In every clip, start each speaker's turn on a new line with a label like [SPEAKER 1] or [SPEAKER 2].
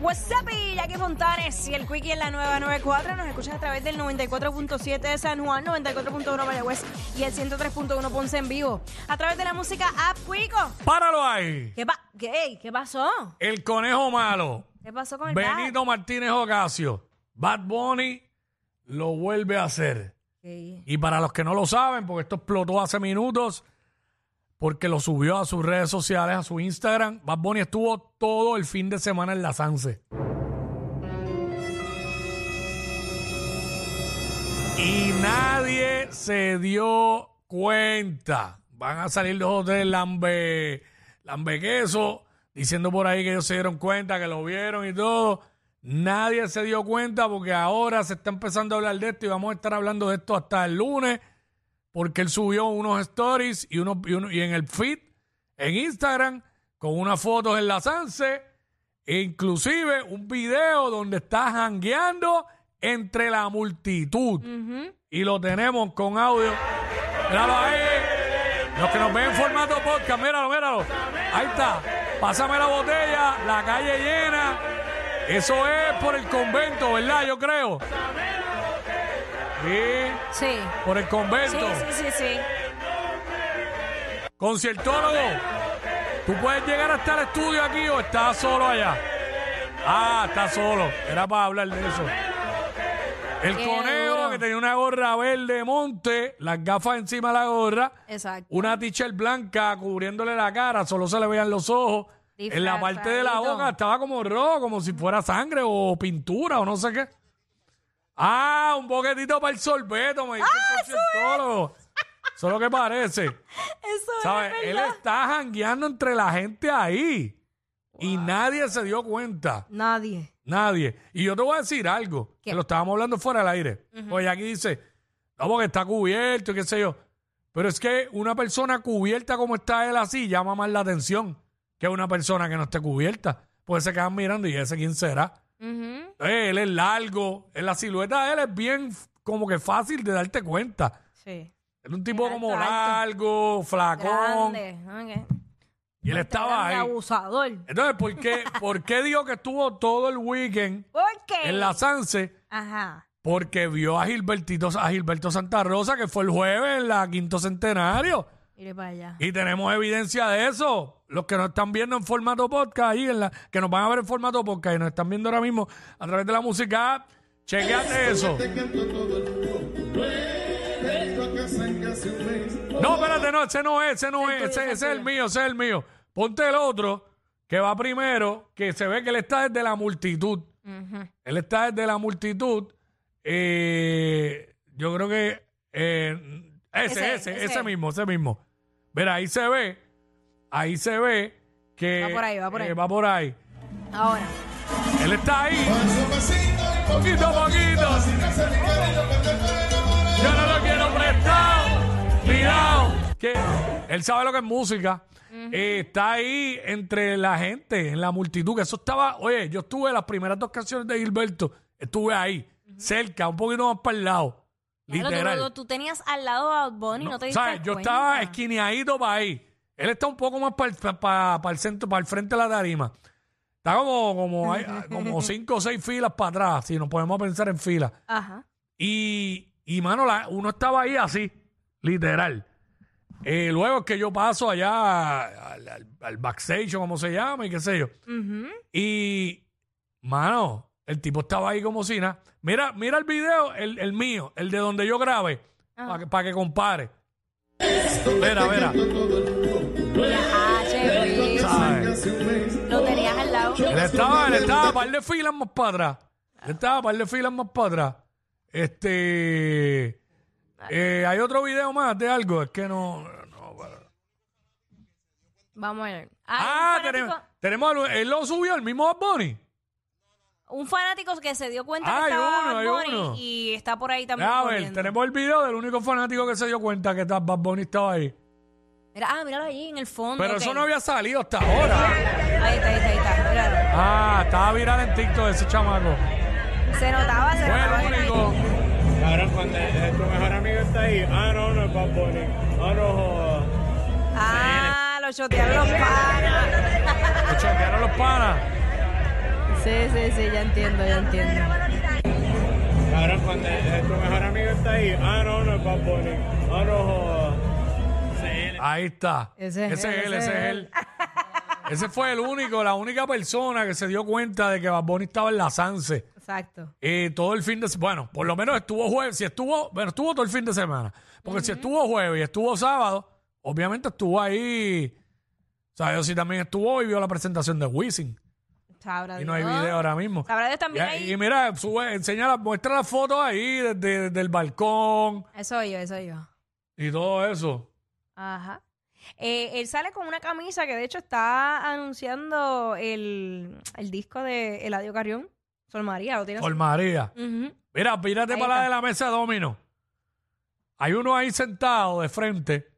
[SPEAKER 1] What's up, y Jackie Fontanes y el Quickie en la nueva 94. Nos escuchas a través del 94.7 de San Juan, 94.1 Mayagüez y el 103.1 Ponce en vivo. A través de la música App Quico.
[SPEAKER 2] ¡Páralo ahí!
[SPEAKER 1] ¿Qué, pa- qué, ey, ¿Qué pasó?
[SPEAKER 2] El conejo malo.
[SPEAKER 1] ¿Qué pasó con el bat?
[SPEAKER 2] Benito Martínez Ocasio. Bad Bunny lo vuelve a hacer.
[SPEAKER 1] Sí.
[SPEAKER 2] Y para los que no lo saben, porque esto explotó hace minutos, porque lo subió a sus redes sociales, a su Instagram, Bad Bunny estuvo todo el fin de semana en la Sanse. Y nadie se dio cuenta. Van a salir los hoteles lambe, queso, diciendo por ahí que ellos se dieron cuenta, que lo vieron y todo. Nadie se dio cuenta porque ahora se está empezando a hablar de esto y vamos a estar hablando de esto hasta el lunes porque él subió unos stories y, unos, y, uno- y en el feed, en Instagram, con unas fotos en la Sanse, e inclusive un video donde está jangueando entre la multitud. Y lo tenemos con audio. Míralo ahí. Los que nos ven en formato podcast, míralo, míralo. Ahí está. Pásame la botella, la calle llena. Eso es por el convento, ¿verdad? Yo creo. Sí,
[SPEAKER 1] Sí.
[SPEAKER 2] por el
[SPEAKER 1] Sí,
[SPEAKER 2] convento.
[SPEAKER 1] sí, sí, sí.
[SPEAKER 2] Conciertólogo, tú puedes llegar hasta el estudio aquí o estás solo allá. Ah, está solo. Era para hablar de eso. El
[SPEAKER 1] Qué
[SPEAKER 2] conejo
[SPEAKER 1] duro.
[SPEAKER 2] que tenía una gorra verde monte, las gafas encima de la gorra,
[SPEAKER 1] Exacto.
[SPEAKER 2] una t-shirt blanca cubriéndole la cara, solo se le veían los ojos. En la parte de la
[SPEAKER 1] Disfrazadito.
[SPEAKER 2] boca estaba como rojo, como si fuera sangre o pintura o no sé qué. Ah, un boquetito para el sorbeto, me dice
[SPEAKER 1] Ah,
[SPEAKER 2] el conciertólogo. Eso es lo que parece.
[SPEAKER 1] Eso
[SPEAKER 2] ¿Sabes?
[SPEAKER 1] es
[SPEAKER 2] Él
[SPEAKER 1] verdad.
[SPEAKER 2] está jangueando entre la gente ahí. Y nadie se dio cuenta.
[SPEAKER 1] Nadie.
[SPEAKER 2] Nadie. Y yo te voy a decir algo.
[SPEAKER 1] ¿Qué?
[SPEAKER 2] Que lo estábamos hablando fuera del aire. Oye, aquí dice, no, porque está cubierto y qué sé yo. Pero es que una persona cubierta como está él así llama más la atención que una persona que no esté cubierta. Pues se quedan mirando y ese quién será.
[SPEAKER 1] Ujú.
[SPEAKER 2] Eh, Él es largo. En la silueta de él es bien f- como que fácil de darte cuenta.
[SPEAKER 1] Sí.
[SPEAKER 2] Era un tipo
[SPEAKER 1] Es alto,
[SPEAKER 2] como
[SPEAKER 1] alto.
[SPEAKER 2] largo, flacón.
[SPEAKER 1] Grande. ok.
[SPEAKER 2] Y él estaba
[SPEAKER 1] Grande
[SPEAKER 2] ahí.
[SPEAKER 1] abusador.
[SPEAKER 2] Entonces, ¿por qué, ¿por qué dijo que estuvo todo el weekend
[SPEAKER 1] ¿Por qué?
[SPEAKER 2] en la Sanse?
[SPEAKER 1] Ajá.
[SPEAKER 2] Porque vio a Gilbertito, a Gilberto Santa Rosa, que fue el jueves en la quinto centenario.
[SPEAKER 1] Mire para allá.
[SPEAKER 2] Y tenemos evidencia de eso. Los que nos están viendo en formato podcast, ahí en la, que nos van a ver en formato podcast y nos están viendo ahora mismo a través de la música, app, chequeate eso. No, espérate, no, ese no es, ese no es, ese, ese es el mío, ese es el mío. Ponte el otro, que va primero, que se ve que él está desde la multitud. Él está desde la multitud. eh, yo creo que eh, ese,
[SPEAKER 1] Ese,
[SPEAKER 2] ese, ese,
[SPEAKER 1] ese.
[SPEAKER 2] mismo, ese mismo. Mira, ahí se ve, ahí se ve que
[SPEAKER 1] Va por ahí, va por ahí.
[SPEAKER 2] eh, va por ahí.
[SPEAKER 1] Ahora.
[SPEAKER 2] Él está ahí. Poquito a poquito. Yo no lo quiero prestado. Mirado. Que él sabe lo que es música. Eh, está ahí entre la gente, en la multitud. Que eso estaba. Oye, yo estuve las primeras dos canciones de Gilberto. Estuve ahí, cerca, un poquito más para el lado.
[SPEAKER 1] Claro, tú-
[SPEAKER 2] Literal.
[SPEAKER 1] tú, tú tenías al lado a Bad Bunny, no, te diste
[SPEAKER 2] ¿Sabes? Yo
[SPEAKER 1] cuenta.
[SPEAKER 2] estaba esquineadito para ahí. Él está un poco más para el, centro, para el frente de la tarima. Está como, como, hay- como cinco o seis filas para atrás, si nos podemos pensar en filas.
[SPEAKER 1] Ajá.
[SPEAKER 2] Y, y mano, la- uno estaba ahí así, literal. Eh, luego es que yo paso allá al, al- al backstage, o como se llama, y qué sé yo.
[SPEAKER 1] Ujú.
[SPEAKER 2] Y, mano, el tipo estaba ahí como si nada. Mira, mira el video, el, el mío, el de donde yo grabé, para que, pa' que compare. Mira, mira.
[SPEAKER 1] Ah, che, Luis.
[SPEAKER 2] ¿sabes?
[SPEAKER 1] Lo tenías al lado.
[SPEAKER 2] Él estaba, él estaba par de filas más para atrás. Él estaba par de filas más para atrás. Este. eh, hay otro video más de algo, es que no. no, bueno.
[SPEAKER 1] Vamos a ver.
[SPEAKER 2] Ah,
[SPEAKER 1] Ah, un,
[SPEAKER 2] tenemos,
[SPEAKER 1] fanático,
[SPEAKER 2] tenemos algo- él lo subió, el mismo Bad Bunny.
[SPEAKER 1] un fanático que se dio cuenta
[SPEAKER 2] Ah, hay
[SPEAKER 1] que estaba
[SPEAKER 2] uno, hay
[SPEAKER 1] Bad Bunny
[SPEAKER 2] uno.
[SPEAKER 1] y está por ahí también.
[SPEAKER 2] A ver,
[SPEAKER 1] corriendo.
[SPEAKER 2] tenemos el video del único fanático que se dio cuenta que ta- Bad Bunny estaba ahí.
[SPEAKER 1] Mira, ah, míralo ahí en el fondo.
[SPEAKER 2] Pero eso
[SPEAKER 1] ok.
[SPEAKER 2] no había salido hasta ahora.
[SPEAKER 1] Ahí está, ahí está, ahí está. Míralo.
[SPEAKER 2] Ah, estaba viral en TikTok ese chamaco.
[SPEAKER 1] Se notaba, se
[SPEAKER 2] Fue
[SPEAKER 1] notaba. que era
[SPEAKER 2] el
[SPEAKER 1] ahí.
[SPEAKER 2] único.
[SPEAKER 3] Ahora cuando eh, tu mejor amigo está ahí, ah no, no es Bad Bunny, ah no, joda.
[SPEAKER 1] Ah, lo chotearon los panas.
[SPEAKER 2] Lo choquearon los panas.
[SPEAKER 4] Sí, sí, sí, ya entiendo, ya entiendo.
[SPEAKER 3] ahora cuando eh, tu mejor amigo está ahí, ah no, no es Bad Bunny, ah no, joda.
[SPEAKER 2] Ahí está.
[SPEAKER 4] Ese es él,
[SPEAKER 2] él, ese es él. Ese fue el único, la única persona que se dio cuenta de que Bad Bunny estaba en la Sanse.
[SPEAKER 4] Exacto.
[SPEAKER 2] Eh, todo el fin de semana. Bueno, por lo menos estuvo jueves. Si estuvo, bueno, estuvo todo el fin de semana. Porque si estuvo jueves y estuvo sábado, obviamente estuvo ahí. O sea, yo sí también estuvo y vio la presentación de Wisin.
[SPEAKER 1] Sabrá
[SPEAKER 2] Y no hay
[SPEAKER 1] Dios.
[SPEAKER 2] video ahora mismo.
[SPEAKER 1] Sabrá Dios también
[SPEAKER 2] Y-
[SPEAKER 1] ahí.
[SPEAKER 2] Y, mira, sube, enseña la- muestra las fotos ahí desde, desde el balcón
[SPEAKER 1] Eso yo, eso yo.
[SPEAKER 2] y todo eso.
[SPEAKER 1] Ajá. Eh, él sale con una camisa que de hecho está anunciando el, el disco de Eladio Carrión. Sol María, lo tiene
[SPEAKER 2] Por María.
[SPEAKER 1] así. Ujú.
[SPEAKER 2] Mira, pírate
[SPEAKER 1] Ahí
[SPEAKER 2] para la
[SPEAKER 1] está.
[SPEAKER 2] de la mesa domino. Hay uno ahí sentado de frente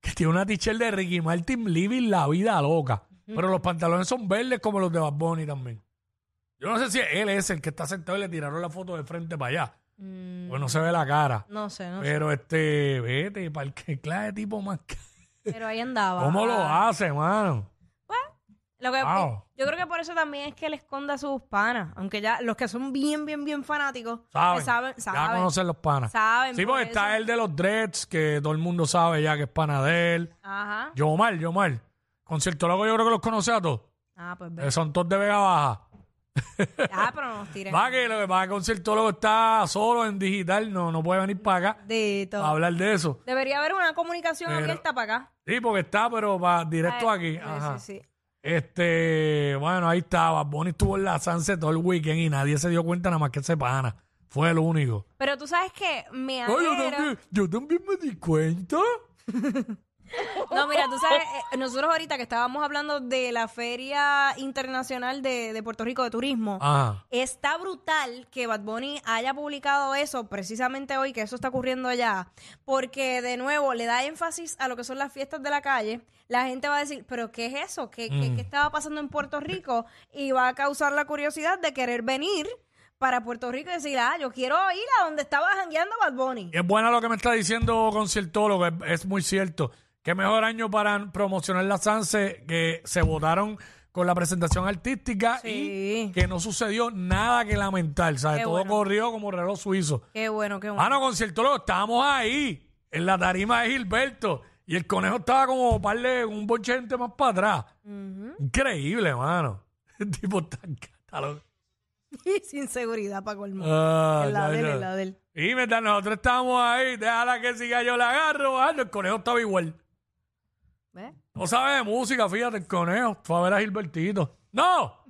[SPEAKER 2] que tiene una t-shirt de Ricky Martin Living la vida loca. Pero los pantalones son verdes como los de Bad Bunny también. Yo no sé si él es el que está sentado y le tiraron la foto de frente para allá.
[SPEAKER 1] Mm,
[SPEAKER 2] Pues no se ve la cara.
[SPEAKER 1] no sé, no sé.
[SPEAKER 2] Pero este, vete, para el que clase de tipo más. ca-
[SPEAKER 1] Pero ahí andaba.
[SPEAKER 2] ¿Cómo lo hace, mano?
[SPEAKER 1] Lo que-
[SPEAKER 2] Wow.
[SPEAKER 1] Yo creo que por eso también es que él esconde a sus panas. Aunque ya los que son bien, bien, bien fanáticos pues,
[SPEAKER 2] Saben.
[SPEAKER 1] saben,
[SPEAKER 2] Ya
[SPEAKER 1] saben.
[SPEAKER 2] conocen los panas.
[SPEAKER 1] Saben
[SPEAKER 2] Sí,
[SPEAKER 1] por
[SPEAKER 2] porque está
[SPEAKER 1] eso.
[SPEAKER 2] el de los dreads, que todo el mundo sabe ya que es pana de él.
[SPEAKER 1] Ajá.
[SPEAKER 2] Yomar, Yomar. Concierto loco yo creo que los conoce a todos.
[SPEAKER 1] Ah, pues
[SPEAKER 2] Eh,
[SPEAKER 1] ve.
[SPEAKER 2] son todos de Vega Baja.
[SPEAKER 1] Ah, pero no nos tiren.
[SPEAKER 2] Va que lo que pasa es que Concierto loco está solo en digital, no, no puede venir para acá
[SPEAKER 1] Dito.
[SPEAKER 2] a hablar de eso.
[SPEAKER 1] Debería haber una comunicación
[SPEAKER 2] Pero-
[SPEAKER 1] abierta para acá.
[SPEAKER 2] Sí, porque está, pero va directo
[SPEAKER 1] Ah,
[SPEAKER 2] aquí.
[SPEAKER 1] sí,
[SPEAKER 2] Ajá.
[SPEAKER 1] sí, sí.
[SPEAKER 2] Este, bueno, ahí estaba. Bonnie estuvo en la Sanse todo el weekend y nadie se dio cuenta nada más que ese pana. Fue el único.
[SPEAKER 1] Pero tú sabes que me
[SPEAKER 2] Ay, yo,
[SPEAKER 1] alegra.
[SPEAKER 2] también, yo también me di cuenta.
[SPEAKER 1] No, mira, tú sabes, eh, nosotros ahorita que estábamos hablando de la Feria Internacional de, de Puerto Rico de Turismo,
[SPEAKER 2] Ajá.
[SPEAKER 1] está brutal que Bad Bunny haya publicado eso precisamente hoy, que eso está ocurriendo allá, porque de nuevo le da énfasis a lo que son las fiestas de la calle. La gente va a decir, ¿pero qué es eso? ¿Qué, qué- qué estaba pasando en Puerto Rico? Y va a causar la curiosidad de querer venir para Puerto Rico y decir, ah, yo quiero ir a donde estaba jangueando Bad Bunny.
[SPEAKER 2] Y es buena lo que me está diciendo conciertólogo, es, es muy cierto. Qué mejor año para promocionar la Sanse que se votaron con la presentación artística
[SPEAKER 1] Sí.
[SPEAKER 2] y que no sucedió nada que lamentar. ¿sabes?
[SPEAKER 1] Qué
[SPEAKER 2] Todo
[SPEAKER 1] bueno.
[SPEAKER 2] corrió como reloj suizo.
[SPEAKER 1] Qué bueno, qué bueno.
[SPEAKER 2] Mano, conciertólogo, estábamos ahí, en la tarima de Gilberto, y el conejo estaba como par de- un bonche de gente más para atrás. Increíble, mano. El tipo tan catalog.
[SPEAKER 1] Sin seguridad para colmar.
[SPEAKER 2] Ah,
[SPEAKER 1] El la
[SPEAKER 2] ya,
[SPEAKER 1] de él,
[SPEAKER 2] ya.
[SPEAKER 1] el la de él.
[SPEAKER 2] Y mientras nosotros estábamos ahí, déjala que siga yo la agarro, mano, el conejo estaba igual.
[SPEAKER 1] ¿Ves?
[SPEAKER 2] No sabe de música, fíjate, el conejo. Fue a ver a Gilbertito. ¡No!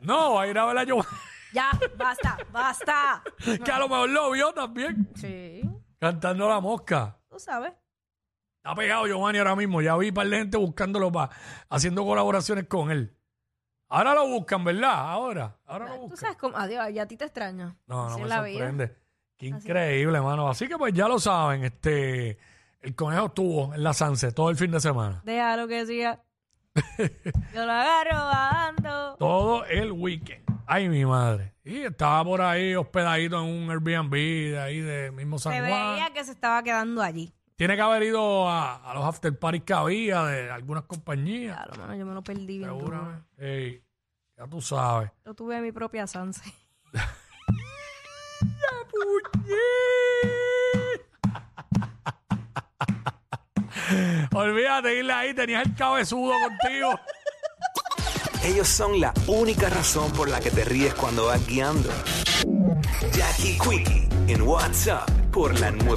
[SPEAKER 2] No, va a ir a ver a yo.
[SPEAKER 1] Ya, basta, basta.
[SPEAKER 2] que a lo mejor lo vio también.
[SPEAKER 1] Sí,
[SPEAKER 2] Cantando la mosca.
[SPEAKER 1] tú sabes.
[SPEAKER 2] Está pegado Giovanni ahora mismo. Ya vi para la gente buscándolo, pa- haciendo colaboraciones con él. Ahora lo buscan, ¿verdad? Ahora. Ahora lo
[SPEAKER 1] Tú
[SPEAKER 2] buscan.
[SPEAKER 1] sabes cómo. Adiós, ya a ti te extraño.
[SPEAKER 2] No, no
[SPEAKER 1] Así
[SPEAKER 2] me
[SPEAKER 1] es la vida.
[SPEAKER 2] sorprende. Qué increíble, mano. Así que pues ya lo saben, este el conejo estuvo en la Sanse todo el fin de semana.
[SPEAKER 1] Déjalo que siga. Yo lo agarro bajando.
[SPEAKER 2] Todo el weekend. Ay, mi madre. Y estaba por ahí hospedadito en un Airbnb de ahí de mismo
[SPEAKER 1] Se
[SPEAKER 2] San Juan.
[SPEAKER 1] veía que se estaba quedando allí.
[SPEAKER 2] Tiene que haber ido a, a los after parties que había de algunas compañías.
[SPEAKER 1] Claro, mano, yo me lo perdí bien. duro.
[SPEAKER 2] Seguramente. Ey, ya tú sabes.
[SPEAKER 1] Yo tuve mi propia Sanse.
[SPEAKER 2] Olvídate, irle ahí, tenías el cabezudo contigo.
[SPEAKER 5] Ellos son la única razón por la que te ríes cuando vas guiando. Jackie Quickie en WhatsApp por la nueva.